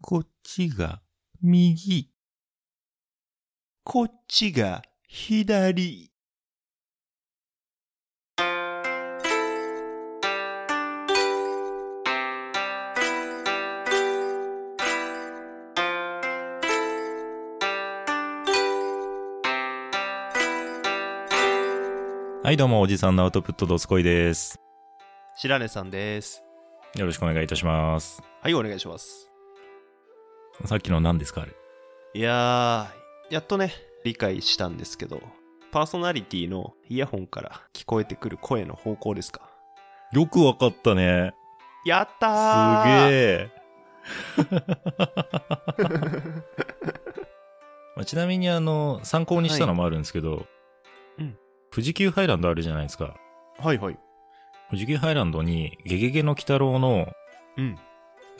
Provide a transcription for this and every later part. こっちが右。こっちが左。はい、どうも、おじさんのアウトプットドスコイです。白根さんです。よろしくお願いいたします。はい、お願いします。さっきの何ですか、あれ。いやー、やっとね、理解したんですけど、パーソナリティのイヤホンから聞こえてくる声の方向ですか。よくわかったね。やったすーえ。げえ。 まあちなみに、あの、参考にしたのもあるんですけど、うん富士急ハイランドあるじゃないですか。はいはい。富士急ハイランドに、ゲゲゲの鬼太郎のうん。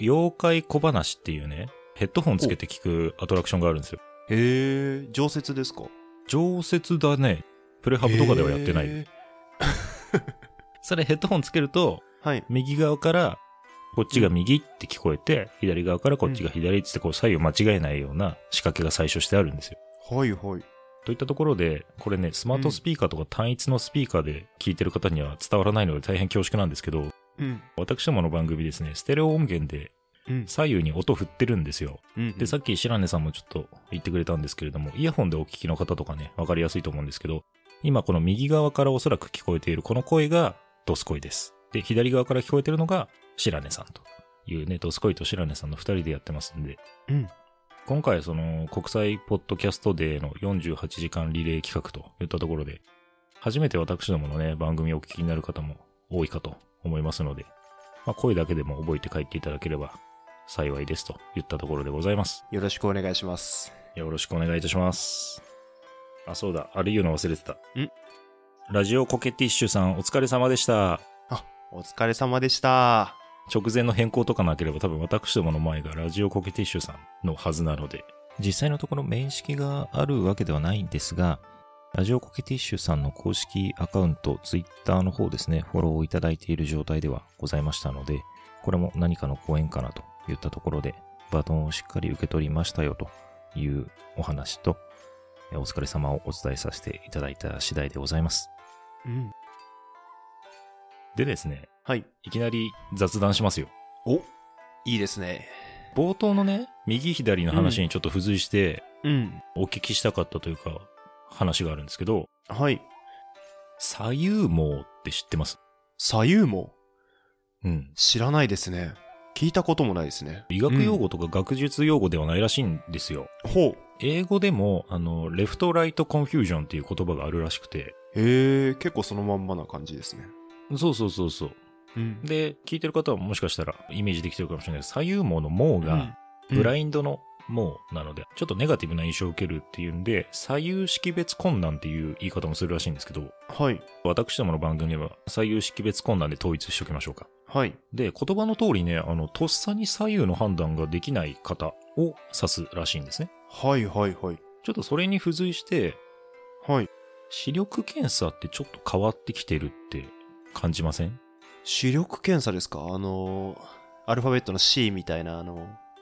妖怪小話っていうね、ヘッドホンつけて聞くアトラクションがあるんですよ。へー、常設ですか常設だね。プレハブとかではやってない。へーそれヘッドホンつけると、はい。右側からこっちが右って聞こえて、左側からこっちが左っつってこう左右間違えないような仕掛けが最初してあるんですよ。はいはい。といったところで、これね、スマートスピーカーとか単一のスピーカーで聞いてる方には伝わらないので大変恐縮なんですけど、うん。私どもの番組ですね、ステレオ音源でうん。左右に音振ってるんですよ。うんで、さっき白根さんもちょっと言ってくれたんですけれども、イヤホンでお聞きの方とかね、わかりやすいと思うんですけど、今この右側からおそらく聞こえているこの声がドスコイです。で、左側から聞こえているのが白根さんというね、ドスコイと白根さんの二人でやってますんで、うん。今回その国際ポッドキャストデーの48時間リレー企画といったところで、初めて私どものね、番組をお聞きになる方も多いかと思いますので、まあ、声だけでも覚えて帰っていただければ幸いですといったところでございます。よろしくお願いします。よろしくお願いいたします。あ、そうだ。あれ言うの忘れてた。んラジオコケティッシュさん、お疲れ様でした。お疲れ様でした。直前の変更とかなければ多分私どもの前がラジオコケティッシュさんのはずなので。実際のところ面識があるわけではないんですが、ラジオコケティッシュさんの公式アカウント、ツイッターの方ですね、フォローをいただいている状態ではございましたので、これも何かのご縁かなといったところで、バトンをしっかり受け取りましたよというお話と、えお疲れ様をお伝えさせていただいた次第でございます。うん。でですね、はい。いきなり雑談しますよ。おいいですね。冒頭のね、右左の話にちょっと付随して、うん。お聞きしたかったというか、話があるんですけど、はい。左右網って知ってます左右もうん。知らないですね。聞いたこともないですね。医学用語とか学術用語ではないらしいんですよ。ほう。英語でも、あの、レフトライトコンフュージョンっていう言葉があるらしくて、へえ、結構そのまんまな感じですね。そうそうそうそう。うんで、で、聞いてる方はもしかしたらイメージできてるかもしれないです。左右網の網が、ブブラライン、インドの網なので、ちょっとネガティブな印象を受けるっていうんで、左右識別困難っていう言い方もするらしいんですけど、はい。私どもの番組では左右識別困難で統一しておきましょうか。はい。で、言葉の通りね、あの、とっさに左右の判断ができない方を指すらしいんですね。はいはいはい。ちょっとそれに付随して、はい。視力検査ってちょっと変わってきてるって感じません視力検査ですかあのー、アルファベットの C みたいな、あの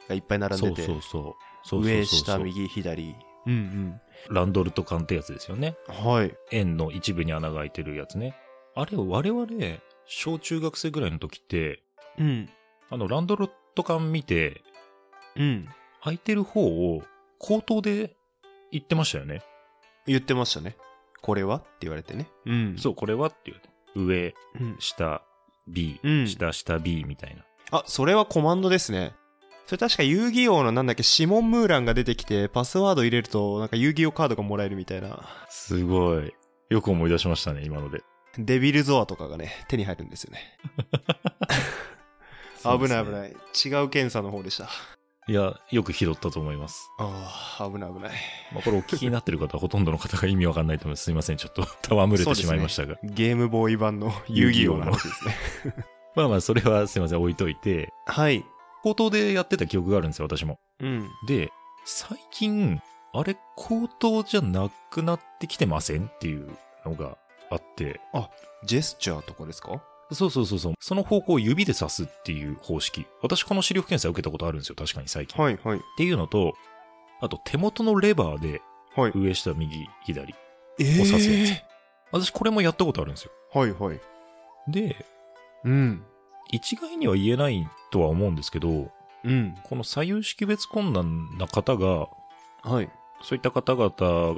ー、がいっぱい並んでて。そうそうそう。上、そうそう下、そう右、左。うんランドルト缶ってやつですよね。うん。はい。円の一部に穴が開いてるやつね。あれを我々、小中学生ぐらいの時って、うん。あの、ランドルト缶見て、うん。空いてる方を口頭で言ってましたよね。言ってましたね。これはって言われてね。うんそう、これはっていう。上、うん。下、B、うん下、下、B みたいな。あ、それはコマンドですね。それ確か遊戯王のなんだっけ、シモン・ムーランが出てきて、パスワード入れると、なんか遊戯王カードがもらえるみたいな。すごい。よく思い出しましたね、今ので。。デビルゾアとかがね、手に入るんですよね。危ない危ないい。違う検査の方でした。いや、よく拾ったと思います。ああ、危ない危ない。まあ、これお聞きになってる方、ほとんどの方が意味わかんないと思います。すいません、ちょっと 戯れてしまいましたが。ゲームボーイ版の 遊戯王の話です ね。まあまあ、それはすいません、置いといて、はい。口頭でやってた記憶があるんですよ、私も。うん。で、最近、あれ、口頭じゃなくなってきてませんっていうのがあって、ジェスチャーとかですかそうそうそうそう。その方向を指で指すっていう方式。私この視力検査受けたことあるんですよ。確かに最近。はいはいっていうのと、あと手元のレバーではい上下右左。えを指すやつ私これもやったことあるんですよ。はいはいで、うん一概には言えないとは思うんですけど、うんこの左右識別困難な方が、はいそういった方々が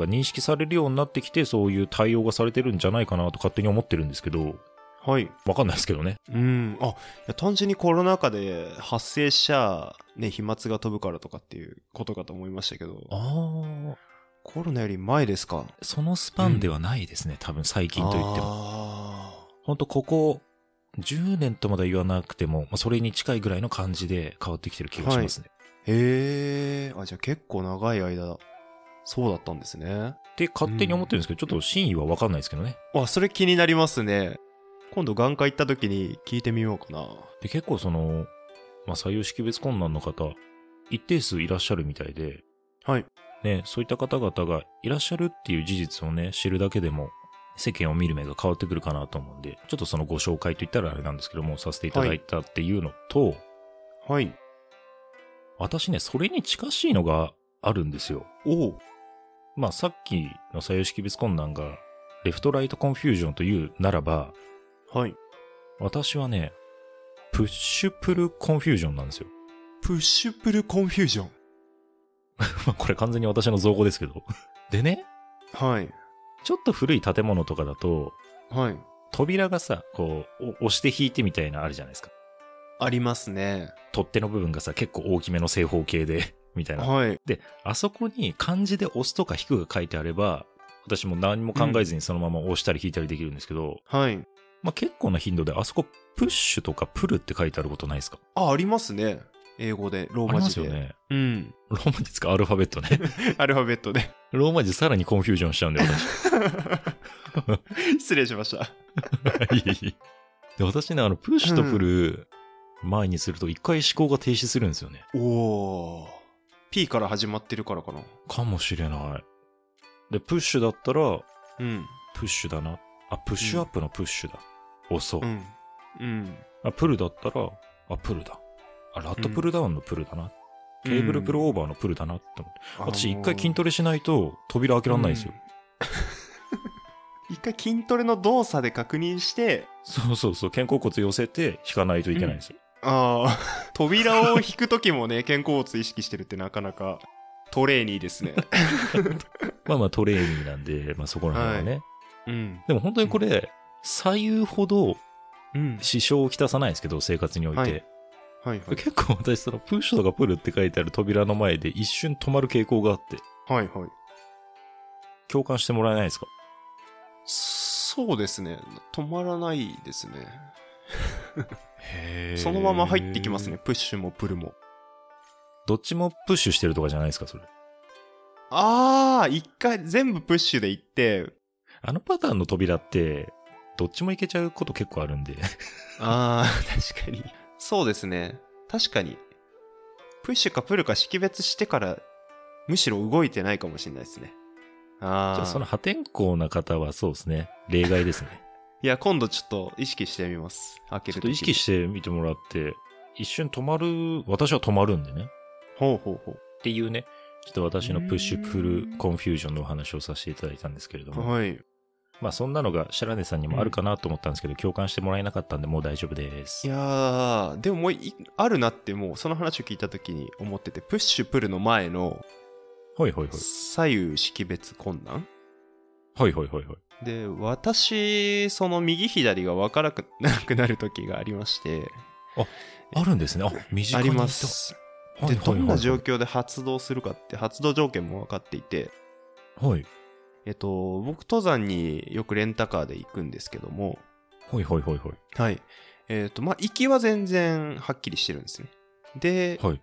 認識されるようになってきて、そういう対応がされてるんじゃないかなと勝手に思ってるんですけど、はいわかんないですけどね。うんあいや単純にコロナ禍で発生しちゃね飛沫が飛ぶからとかっていうことかと思いましたけどああ、コロナより前ですかそのスパンではないですね、多分最近といっても。あほんとここ、10年とまだ言わなくても、まあ、それに近いぐらいの感じで変わってきてる気がしますね。ーへえあじゃあ結構長い間そうだったんですねって勝手に思ってるんですけど、ちょっと真意はわかんないですけどね。あそれ気になりますね今度眼科行った時に聞いてみようかなで、結構その、まあ、左右識別困難の方、一定数いらっしゃるみたいで、はいね、そういった方々がいらっしゃるっていう事実をね、知るだけでも、世間を見る目が変わってくるかなと思うんで、ちょっとそのご紹介といったらあれなんですけども、させていただいたっていうのと、はい私ね、それに近しいのがあるんですよ。おうまあ、さっきの左右識別困難が、レフトライトコンフュージョンというならば、はい私はね、プッシュプルコンフュージョンなんですよ。 プッシュプルコンフュージョンまあこれ完全に私の造語ですけど。でね、はいちょっと古い建物とかだと、はい扉がさ、こう、お押して引いてみたいなのあるじゃないですか。ありますね取っ手の部分がさ、結構大きめの正方形で、 みたいな。はいで、あそこに漢字で押すとか引くが書いてあれば、私も何も考えずにそのまま押したり引いたりできるんですけど、はいまあ結構な頻度であそこプッシュとかプルって書いてあることないですかあありますね英語でロあーりマます字よで、ね。うんローマ字ですかアルファベットね。 アルファベット でローマ字さらにコンフュージョンしちゃうんで、私。失礼しましたいえ いえで私ね、あの、プッシュとプル前にすると一回思考が停止するんですよね。おお P から始まってるからかなかもしれない。で、プッシュだったら、うんプッシュだな。あ、プッシュアップのプッシュだ。押そうう。んうんあ、プルだったら、あ、プルだ。あ、ラットプルダウンのプルだな。ケーブルプルオーバーのプルだなって思って。私一回筋トレしないと扉開けられないんですよ。 一回筋トレの動作で確認してそうそうそう。肩甲骨寄せて引かないといけないんですよ。あ あ扉を引く時もね肩甲骨意識してるってなかなかトレーニーです ねまあまあトレーニーなんで、まあそこら辺はね。うんでも本当にこれ、左右ほどうん支障をきたさないですけど、生活において。はいはいはい結構私、その、プッシュとかプルって書いてある扉の前で一瞬止まる傾向があって、はいはい共感してもらえないですかそうですね止まらないですねへそのまま入ってきますね。プッシュもプルもどっちもプッシュしてるとかじゃないですか、それ。ああ一回全部プッシュでいってあのパターンの扉って、どっちもいけちゃうこと結構あるんで。あー、確かに。そうですね。確かに。プッシュかプルか識別してから、むしろ動いてないかもしれないですね。あ じゃああ。その破天荒な方はそうですね。例外ですね。 いや、今度ちょっと意識してみます。開けちょるっと意識ししてみてもらって、一瞬止まる、私は止まるんでね。ほうほうほっていうね、ちょっと私のプッシュプルコンフュージョンのお話をさせていただいたんですけれどう。も。はい。まあそんなのがシャラネさんにもあるかなと思ったんですけど、共感してもらえなかったんでもう大丈夫です。いやー、でももうい、あるなってもう、その話を聞いた時に思ってて、プッシュプルの前のほいほいほい。左右識別困難ほいほいほいほい。で、私、その右左が分からくなくなる時がありまして、あるんですね。あ、身近あにいりた。ます。はでいはいはいどはい。んな状況で発動するかって発動条件も分かっていて、はい。えっと、僕登山によくレンタカーで行くんですけどもほいほいほいほい。はいえっとまあ行きは全然はっきりしてるんですねで、はい。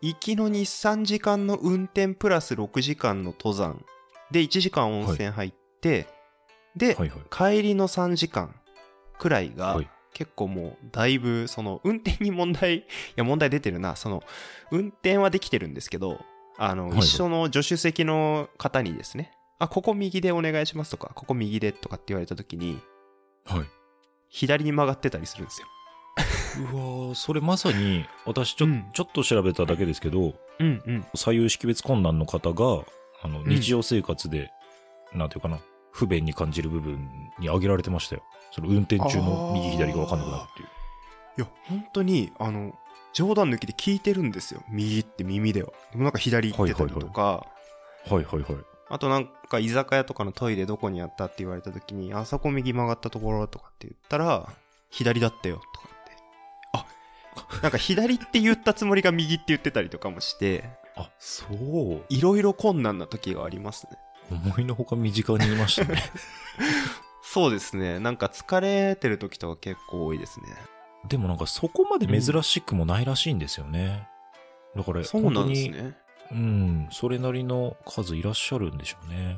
行きの23時間の運転プラス6時間の登山で1時間温泉入って、で、はい帰りの3時間くらいが、はい結構もうだいぶその運転に問題いや問題出てるなその運転はできてるんですけどあの、はいはい一緒の助手席の方にですねあここ右でお願いしますとかここ右でとかって言われた時にはい。はい。左に曲がってたりするんですよ。うわーそれまさに、私ちょ、うんちょっと調べただけですけど、うんうん。左右識別困難の方が、あの、ん日常生活で、なんていうかな、不便に感じる部分に挙げられてましたよ。その運転中の右左が分かんなくなるっていう。いや、本当に、あの、冗談抜きで聞いてるんですよ。右って耳では。でもなんか左行ってたりとか、はいはいはい。あとなんか居酒屋とかのトイレどこにあったって言われた時に、あそこ右曲がったところとかって言ったら、左だったよとかって。あ、 なんか左って言ったつもりが右って言ってたりとかもして、あ、そう。いろいろ困難な時がありますね。思いのほか身近にいま したね。そうですね。なんか疲れてる時とか結構多いですね。でもなんかそこまで珍しくもないらしいんですよね。だから、そうなんです本ね。当に。うん、それなりの数いらっしゃるんでしょうね。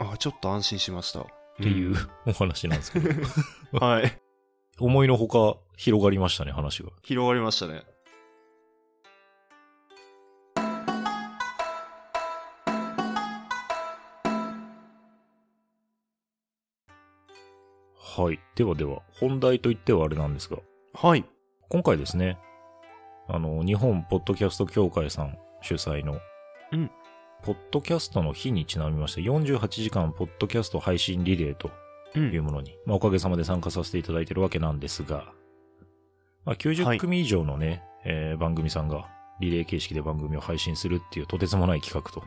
あ、ちょっと安心しました。っっていう、お話なんですけど。 はい。思いのほか広がりましたね、話が。広がりましたね。はい。ではでは、本題といってはあれなんですが、はい。今回ですね、あの、日本ポッドキャスト協会さん主催の、うんポッドキャストの日にちなみまして、48時間ポッドキャスト配信リレーとう。というんものに、まあ、おかげさまで参加させていただいてるわけなんですが、まあ、90組以上のね、えー番組さんがリレー形式で番組を配信するっていうとてつもない企画と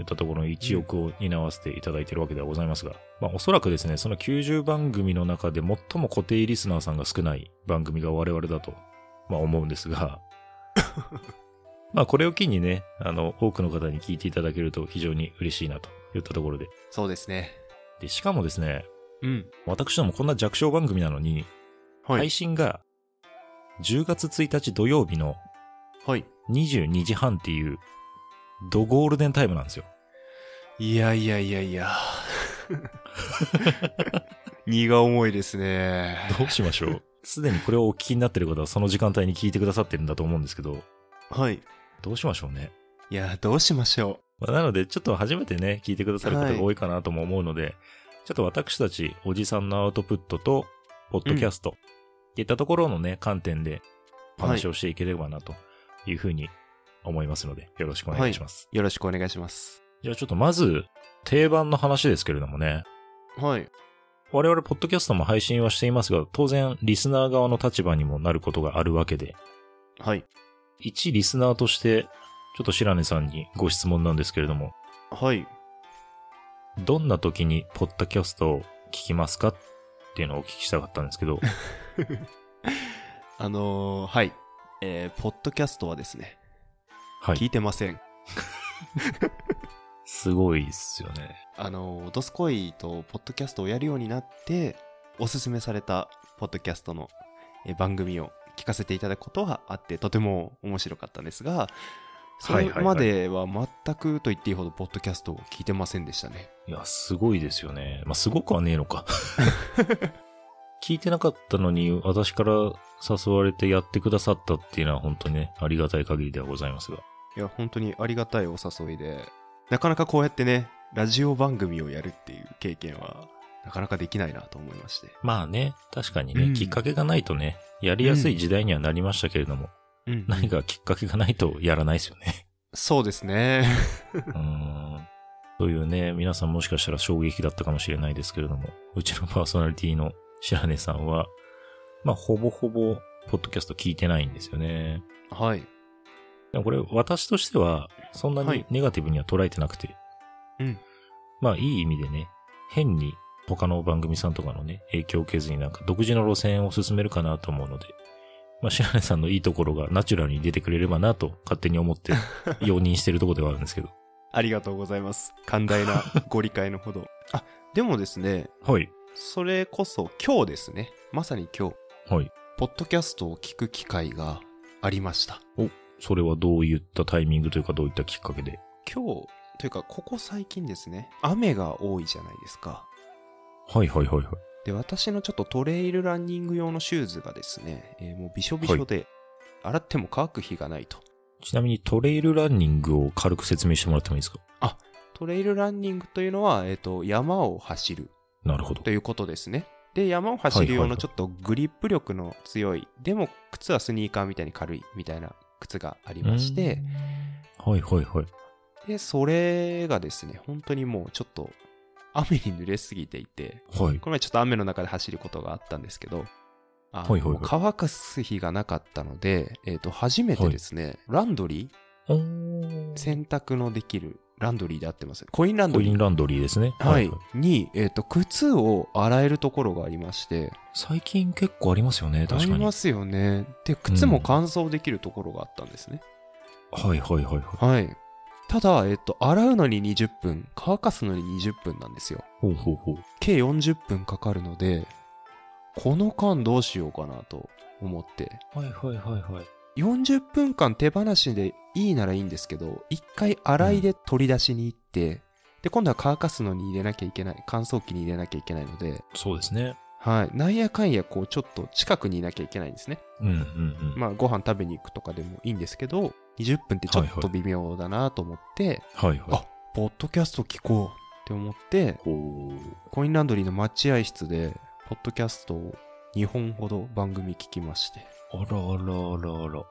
いったところの一翼を担わせていただいてるわけではございますが、まあ、おそらくですね、その90番組の中で最も固定リスナーさんが少ない番組が我々だと、まあ、思うんですが、まあこれを機にね、あの、多くの方に聞いていただけると非常に嬉しいなといったところで。そうですね。で、しかもですね、うん。私どもこんな弱小番組なのに、は配い。信が10月1日土曜日のはい。 22時半っていう、ドゴールデンタイムなんですよ。いやいやいやいや。 荷が重いですね。どうしましょう。すでにこれをお聞きになってる方はその時間帯に聞いてくださってるんだと思うんですけど、はい。どうしましょうね。いや、どうしましょまあなので、ちょっと初めてね、聞いてくださる方が多いかなとも思うので、ちょっと私たち、おじさんのアウトプットと、ポッドキャスト、っていったところのね、観点で、お話をしていければな、というふうに思いますので、よろしくお願いします。う。よろしくお願いします。じゃあちょっとまず、定番の話ですけれどもね。はい。我々、ポッドキャストも配信はしていますが、当然、リスナー側の立場にもなることがあるわけで、はい。一リスナーとして、ちょっと白根さんにご質問なんですけれども、はい。どんな時にポッドキャストを聞きますかっていうのをお聞きしたかったんですけど、あのーはい。えー、ポッドキャストはですね、は聞い。いてません。すごいっすよね。あのードスコイとポッドキャストをやるようになって、おすすめされたポッドキャストのえー番組を聞かせていただくことはあって、とても面白かったんですが、そはいれはいはいまでは全くと言っていいほどポッドキャストを聞いてませんでしたね。いや、すごいですよね。まあ、すごくはねえのか。 聞いてなかったのに、私から誘われてやってくださったっていうのは本当にね、ありがたい限りではございますが。いや、本当にありがたいお誘いで、なかなかこうやってね、ラジオ番組をやるっていう経験は、なかなかできないなと思いまして。まあね、確かにね、うんきっかけがないとね、やりやすい時代にはなりましたけれども、うん何かきっかけがないとやらないですよね。そうですね。 うーん。というね、皆さんもしかしたら衝撃だったかもしれないですけれども、うちのパーソナリティの白根さんは、まあ、ほぼほぼ、ポッドキャスト聞いてないんですよね。はい。でもこれ、私としては、そんなはにいネガティブには捉えてなくて、うん。まあ、いい意味でね、変に他の番組さんとかのね、影響を受けずになんか独自の路線を進めるかなと思うので、まあ、白根さんのいいところがナチュラルに出てくれればなと勝手に思って 容認してるところではあるんですけど。ありがとうございます。寛大 なご理解のほど。あ、でもですね、はい。それこそ今日ですね。まさに今日、はい。ポッドキャストを聞く機会がありました。それはどういったタイミングというかどういったきっかけで。今日、というかここ最近ですね、雨が多いじゃないですか。はいはいはいはい。で、私のちょっとトレイルランニング用のシューズがですね、えーもうびしょびしょで、洗っても乾く日がないと。ちなみにトレイルランニングを軽く説明してもらってもいいですかトレイルランニングというのは、えっ、と、山を走るなるほどと。いうことですね。で、山を走る用はいはいはのいちょっとグリップ力の強い、でも靴はスニーカーみたいに軽いみたいな靴がありまして、はいはいはい。で、それがですね、本当にもうちょっと雨に濡れすぎていて、はい。この前ちょっと雨の中で走ることがあったんですけど、あのはいはいはい乾かす日がなかったので、えっ、と、初めてですね、ランドリおーー洗濯のできるランドリーで合ってます。コインランドコリイーンランドリーですね。はい、に、えっと靴を洗えるところがありまして最近結構ありますよね、あ確りかに。まはいすよねで靴も乾燥できるところがあったんですね、はいはいはい。はいただ、えっと、洗うのに20分乾かすのに20分なんですよほうほうほう。計40分かかるのでこの間どうしようかなと思ってはいはいはいはい。 40分間手放しでいいならいいんですけど一回洗いで取り出しに行って、で今度は乾かすのに入れなきゃいけない乾燥機に入れなきゃいけないのでそうですね。はい、なんやかんやこうちょっと近くにいなきゃいけないんですね、うんうんうん。まあ、ご飯食べに行くとかでもいいんですけど20分ってちょっと微妙だなと思って、はいはあポッドキャスト聞こうって思ってい。おーコインランドリーの待合室でポッドキャストを2本ほど番組聞きましてあらあらあらあら。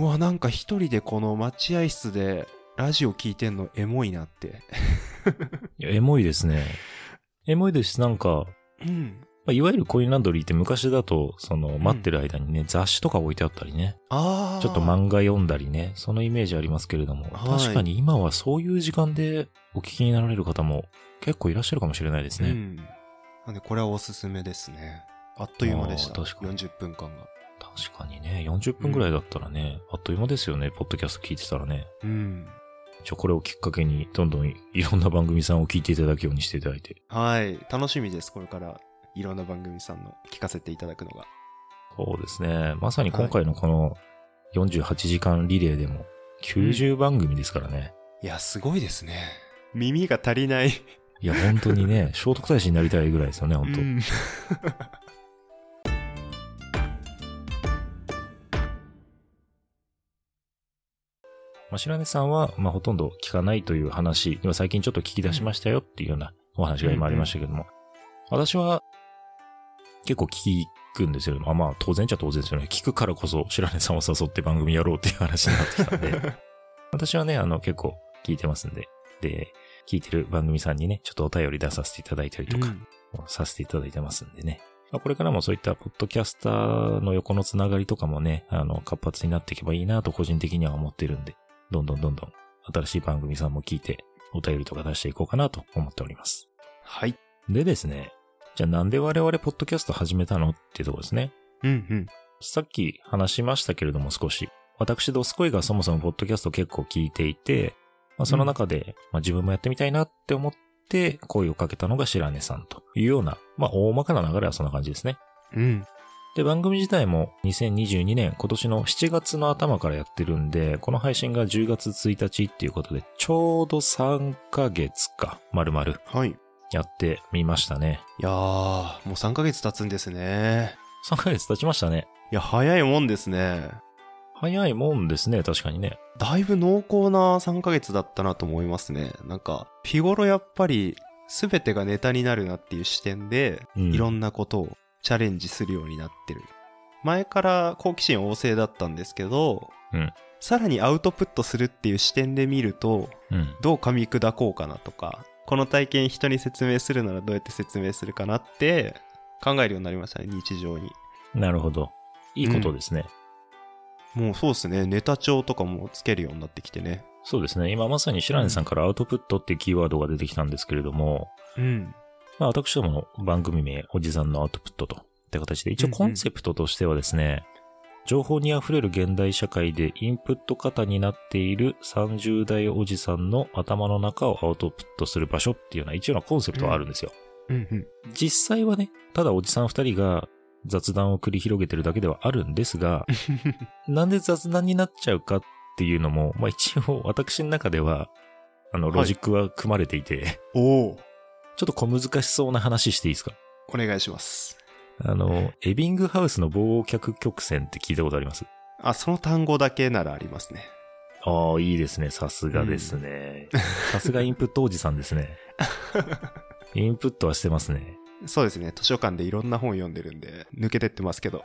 うわなんか一人でこの待合室でラジオ聞いてんのエモいなって、いや、エモいですね。エモいですし、なんか、うん、まあいわゆるコインランドリーって昔だと、その、待ってる間にね、雑誌とか置いてあったりね、あーちょっと漫画読んだりね、そのイメージありますけれども、はい確かに今はそういう時間でお聞きになられる方も結構いらっしゃるかもしれないですね。うん、なんでこれはおすすめですねあっという間でしたあー確かに40分間が確かにね、40分ぐらいだったらね、あっという間ですよね、ポッドキャスト聞いてたらね。うんじゃあこれをきっかけに、どんどんいいろんな番組さんを聞いていただくようにしていただいて。はい、楽しみです、これから。いろんな番組さんの聞かせていただくのが。そうですね。まさに今回のこの48時間リレーでも90番組ですからね。いや、すごいですね。耳が足りない。いや、本当にね、聖徳太子になりたいぐらいですよね、本当。うんまあ、白根さんは、まあ、ほとんど聞かないという話、今最近ちょっと聞き出しましたよっていうようなお話が今ありましたけども、私は結構聞くんですよ。まあ、まあ、当然っちゃ当然ですよね。聞くからこそ白根さんを誘って番組やろうっていう話になってきたんで、私はね、あの、結構聞いてますんで、で、聞いてる番組さんにね、ちょっとお便り出させていただいたりとか、させていただいてますんでね。まあこれからもそういったポッドキャスターの横のつながりとかもね、あの、活発になっていけばいいなと個人的には思ってるんで、どんどんどんどん新しい番組さんも聞いて、お便りとか出していこうかなと思っております。はい。でですね、じゃあなんで我々ポッドキャスト始めたのっていうところですね。うんうん。さっき話しましたけれども少し、私ドスコイがそもそもポッドキャスト結構聞いていて、まあ、その中で、まあ、自分もやってみたいなって思って声をかけたのが白根さんというような、まあ大まかな流れはそんな感じですね。うん。で、番組自体も2022年、今年の7月の頭からやってるんで、この配信が10月1日っていうことで、ちょうど3ヶ月か、丸々はい。いやってみましたね。やー、もう3ヶ月経つんですね。 3ヶ月経ちましたね。いや、早いもんですね。早いもんですね、確かにね。だいぶ濃厚な3ヶ月だったなと思いますね。なんか、日頃やっぱり、すべてがネタになるなっていう視点で、うんいろんなことをチャレンジするようになってる。前から好奇心旺盛だったんですけど、うんさらにアウトプットするっていう視点で見ると、うん。どう噛み砕こうかなとか、この体験人に説明するならどうやって説明するかなって考えるようになりましたね、日常に。なるほど。いいことですね。もうそうですね、ネタ帳とかもつけるようになってきてね。そうですね。今まさに白根さんからアウトプットってキーワードが出てきたんですけれども、うん。まあ私どもの番組名、おじさんのアウトプットと、って形で、一応うんうんコンセプトとしてはですね、情報に溢れる現代社会でインプット型になっている30代おじさんの頭の中をアウトプットする場所っていうような一応なコンセプトはあるんですよ。うんうん。実際はね、ただおじさん2人が雑談を繰り広げてるだけではあるんですが、なんで雑談になっちゃうかっていうのも、まあ一応私の中では、あの、はいロジックは組まれていて、 おおちょっと小難しそうな話していいですかお願いします。あの、エビングハウスの忘却曲線って聞いたことありますあ、その単語だけならありますね。ああ、いいですね。さすがですね。さすがインプットおじさんですね。インプットはしてますね。そうですね。図書館でいろんな本読んでるんで、抜けてってますけど。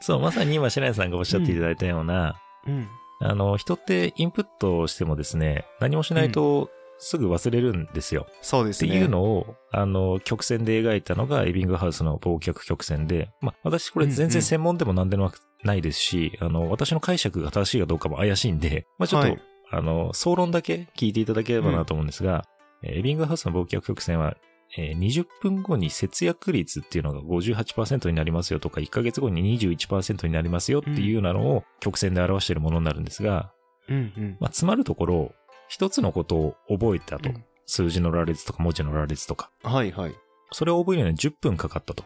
そう、まさに今、白井さんがおっしゃっていただいたような、うん。あの、人ってインプットしてもですね、何もしないとすぐ忘れるんですよ。そうでっすてね。いうのを、あの、曲線で描いたのが、エビングハウスの忘却曲線で、まあ、私これ全うんう然ん専門でも何でもなくないですし、あの、私の解釈が正しいかどうかも怪しいんで、まあ、ちょっと、はいあの、総論だけ聞いていただければなと思うんですが、えーエビングハウスの忘却曲線は、えー20分後に節約率っていうのが58%になりますよとか、1ヶ月後に21%になりますよっていうようなのを曲線で表しているものになるんですが、うんうん。まあ、詰まるところ、一つのことを覚えたと。うん数字の羅列とか文字の羅列とか、はいはい。それを覚えるのに10分かかったと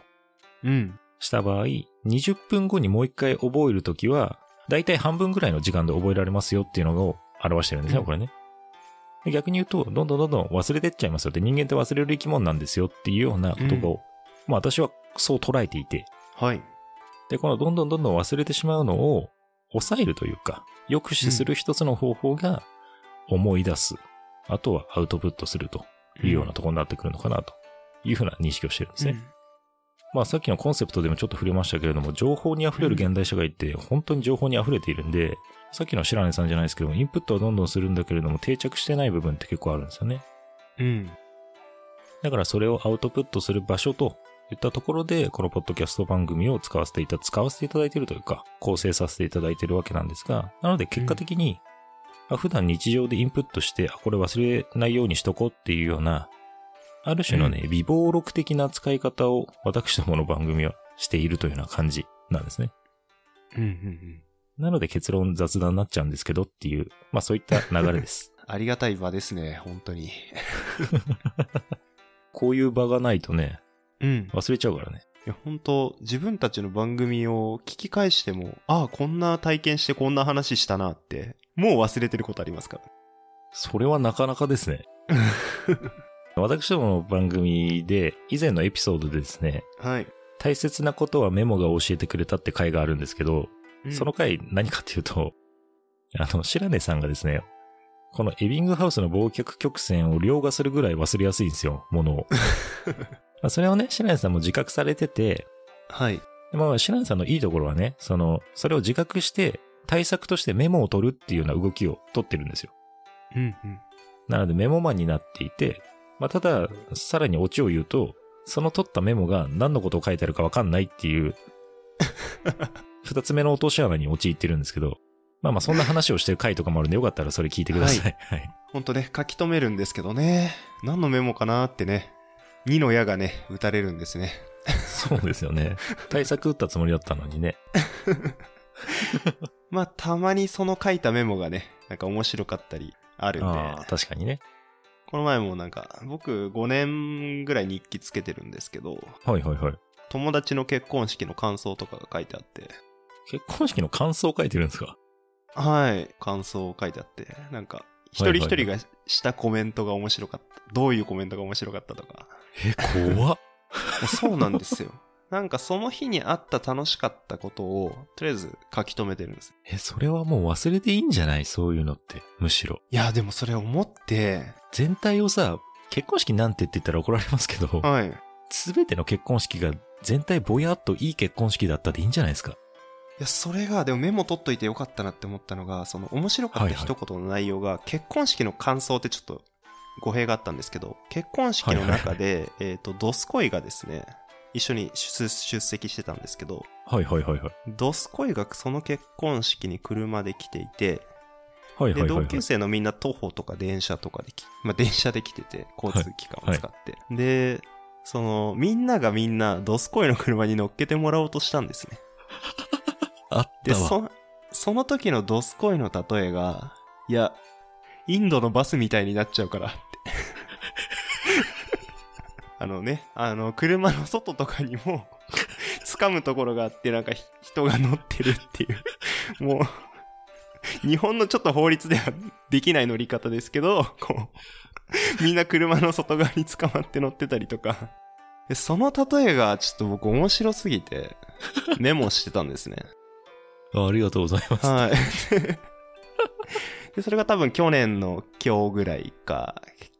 うん。した場合、20分後にもう一回覚えるときは、だいたい半分ぐらいの時間で覚えられますよっていうのを表してるんですね、うんこれね。で逆に言うと、どんどんどんどん忘れてっちゃいますよって、人間って忘れる生き物なんですよっていうようなことを、まあ私はそう捉えていて、はい。で、このどんどんどんどん忘れてしまうのを抑えるというか、抑止する一つの方法が思い出す、あとはアウトプットするというようなところになってくるのかなというふうな認識をしてるんですね。まあさっきのコンセプトでもちょっと触れましたけれども、情報に溢れる現代社会って本当に情報に溢れているんで、さっきの白根さんじゃないですけども、インプットはどんどんするんだけれども、定着してない部分って結構あるんですよね。うん。うん。だからそれをアウトプットする場所といったところで、このポッドキャスト番組を使わせていた、使わせていただいているというか、構成させていただいているわけなんですが、なので結果的に、あ普段日常でインプットして、あ、これ忘れないようにしとこうっていうような、ある種のね、微暴録的な使い方を私どもの番組はしているというような感じなんですね。うんうんうん。なので結論雑談になっちゃうんですけどっていう、まあそういった流れ です。ありがたい場ですね、本当に。こういう場がないとね、うん。忘れちゃうからね。いや、本当自分たちの番組を聞き返しても、ああ、こんな体験してこんな話したなって、もう忘れてることありますから。それはなかなかですね。私どもの番組で、以前のエピソードでですね、はい。大切なことはメモが教えてくれたって回があるんですけど、その、回何かっていうと、あの、白根さんがですね、このエビングハウスの忘却曲線を凌駕するぐらい忘れやすいんですよ、ものを。まあそれをね、白根さんも自覚されてて、はい。でまあ、白根さんのいいところはね、その、それを自覚して、対策としてメモを取るっていうような動きを取ってるんですよ。うんうん。なのでメモマンになっていて、まあ、ただ、さらにオチを言うと、その取ったメモが何のことを書いてあるかわかんないって いう、二つ目の落とし穴に陥ってるんですけど、まあまあそんな話をしてる回とかもあるんで、よかったらそれ聞いてください。はい。ほんとね、書き留めるんですけどね。何のメモかなってね。2の矢がね、打たれるんですね。そうですよね。対策打ったつもりだったのにね。まあ、たまにその書いたメモがね、なんか面白かったりあるんで。ああ、確かにね。この前もなんか、僕5年ぐらい日記つけてるんですけど、はいはいはい。友達の結婚式の感想とかが書いてあって、結婚式の感想を書いてるんですかはい、感想を書いてあって、なんか、一はい人はい一人がしたコメントが面白かった。どういうコメントが面白かったとか。え、怖っ。もうそうなんで すよ。なんかその日にあった楽しかったことを、とりあえず書き留めてるんです。え、それはもう忘れていいんじゃないそういうのって。むしろ。いや、でもそれ思って、全体をさ、結婚式なんてって言ったら怒られますけど、はい。いすべての結婚式が全体ぼやっといい結婚式だったでいいんじゃないですか。や、それが、でもメモ取っといてよかったなって思ったのが、その面白かった一言の内容が、結婚式の感想ってちょっと語弊があったんですけど、結婚式の中で、えっと、ドスコイがですね、一緒に出出席してたんですけど、はいはいはいはい。ドスコイがその結婚式に車で来ていて、はいはいで、はい、は同い。級生のみんな徒歩とか電車とかでき、まあ電車で来てて、交通機関を使って。で、その、みんながみんなドスコイの車に乗っけてもらおうとしたんですね。あっで、たわ。そ、その時のドスコイの例えが、いや、インドのバスみたいになっちゃうからって。 あのね、あの、車の外とかにも、掴むところがあって、なんかひ人が乗ってるっていう、もう、日本のちょっと法律ではできない乗り方ですけど、こう、みんな車の外側に捕まって乗ってたりとか、でその例えがちょっと僕面白すぎて、メモしてたんですね。あありがとうございます。はい。で、それが多分去年の今日ぐらいか、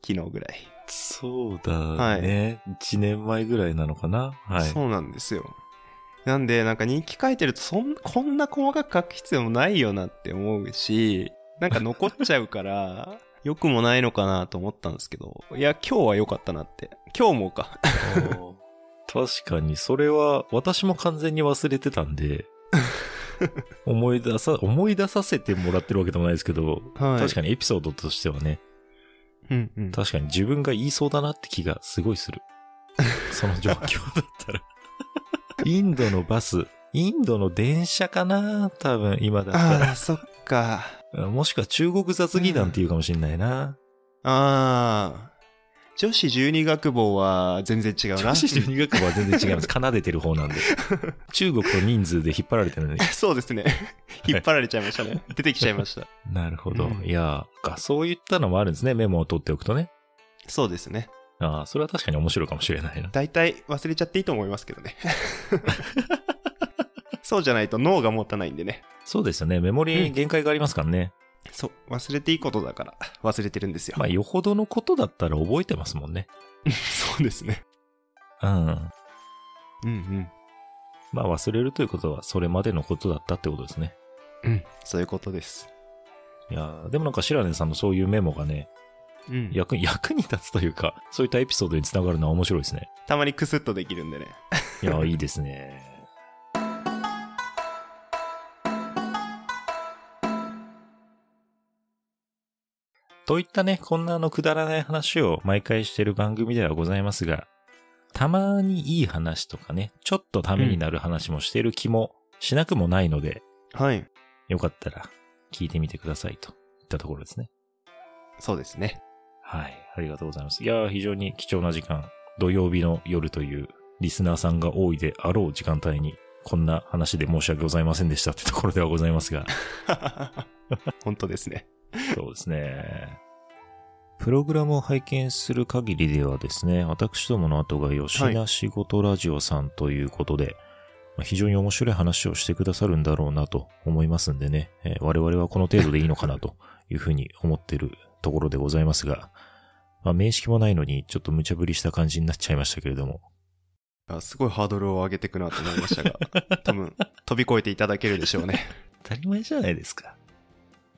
昨日ぐらいそうだね。1年前ぐらいなのかなはい。そうなんですよ。なんで、なんか人気書いてるとそん、こんな細かく書く必要もないよなって思うし、なんか残っちゃうから、 良くもないのかなと思ったんですけど、いや、今日は良かったなって。今日もか。 確かに、それは私も完全に忘れてたん で、思い出さ、思い出させてもらってるわけでもないですけど、はい。確かに。にエピソードとしてはね、うんうん。確かに自分が言いそうだなって気がすごいす る。その状況だったら。インドのバス、インドの電車かな多分今だったあらあ、そっか。。あもしくは中国雑技団っていうかもしんないな。ああ。女子十二学坊は全然違うな。女子入学部は全然違い ます。奏でてる方なんで。中国と人数で引っ張られてるのに。 そうですね。引っ張られちゃいましたね。出てきちゃいました。なるほど。うんいやーか、そういったのもあるんですね。メモを取っておくとね。そうですね。ああ、それは確かに面白いかもしれないな。大体忘れちゃっていいと思いますけどね。そうじゃないと脳が持たないんでね。そうですよね。メモリー限界がありますからね。そう、忘れていいことだから忘れてるんですよ。まあ、よほどのことだったら覚えてますもんね。 そうですね。うん。うんまあ、忘れるということは、それまでのことだったってことですね。うん。うん、そういうことです。いやーでもなんか、白根さんのそういうメモがね、うん役に、 役に立つというか、そういったエピソードにつながるのは面白いですね。たまにクスッとできるんでね。いやー、いいですね。といったね、こんなあのくだらない話を毎回してる番組ではございますが、たまにいい話とかね、ちょっとためになる話もしてる気もしなくもないので、はい。よかったら聞いてみてくださいといったところですね。そうですね。はい、ありがとうございます。いやー、非常に貴重な時間、土曜日の夜というリスナーさんが多いであろう時間帯に、こんな話で申し訳ございませんでしたってところではございますが、本当ですね。そうですね。プログラムを拝見する限りではですね、私どもの後が吉田仕事ラジオさんということで、まあ非常に面白い話をしてくださるんだろうなと思いますんでね、えー我々はこの程度でいいのかなというふうに思ってるところでございますが、まあ、面識もないのにちょっと無茶ぶりした感じになっちゃいましたけれども、あすごいハードルを上げていくなと思いましたが、多分飛び越えていただけるでしょうね。当たり前じゃないですか。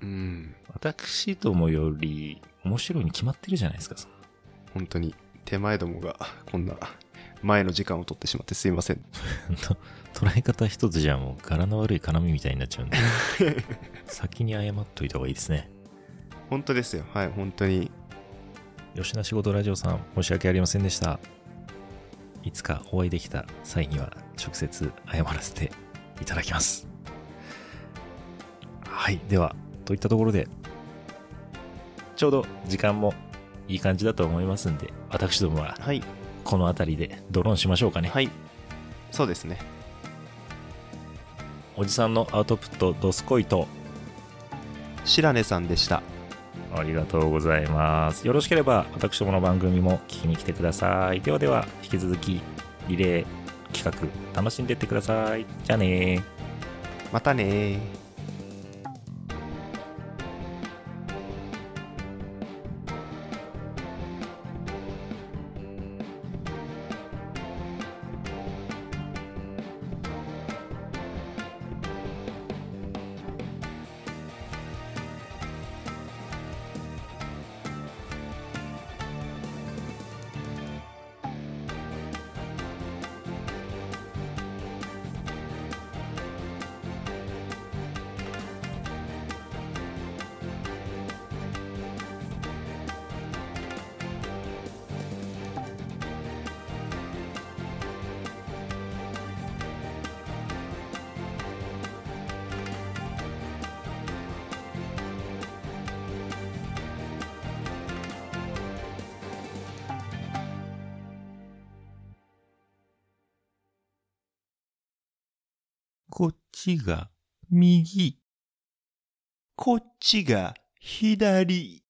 うん。私どもより面白いに決まってるじゃないですか、本当に手前どもがこんな前の時間を取ってしまってすいません。と 捉え方一つじゃもう柄の悪い絡みみたいになっ ちゃうんで先に謝っといた方がいいですね本当ですよ。はい、本当に。吉田仕事ラジオさん申し訳ありませんでしたいつかお会いできた際には直接謝らせていただきますはいではといったところでちょうど時間もいい感じだと思いますんで私どもははい、この辺りでドローンしましょうかねはい。そうですね。おじさんのアウトプットドスコイと白根さんでした。ありがとうございます。よろしければ私どもの番組も聞きに来てください。ではでは引き続きリレー企画楽しんでってください。じゃあねー。またねー。こっちが右。こっちが左。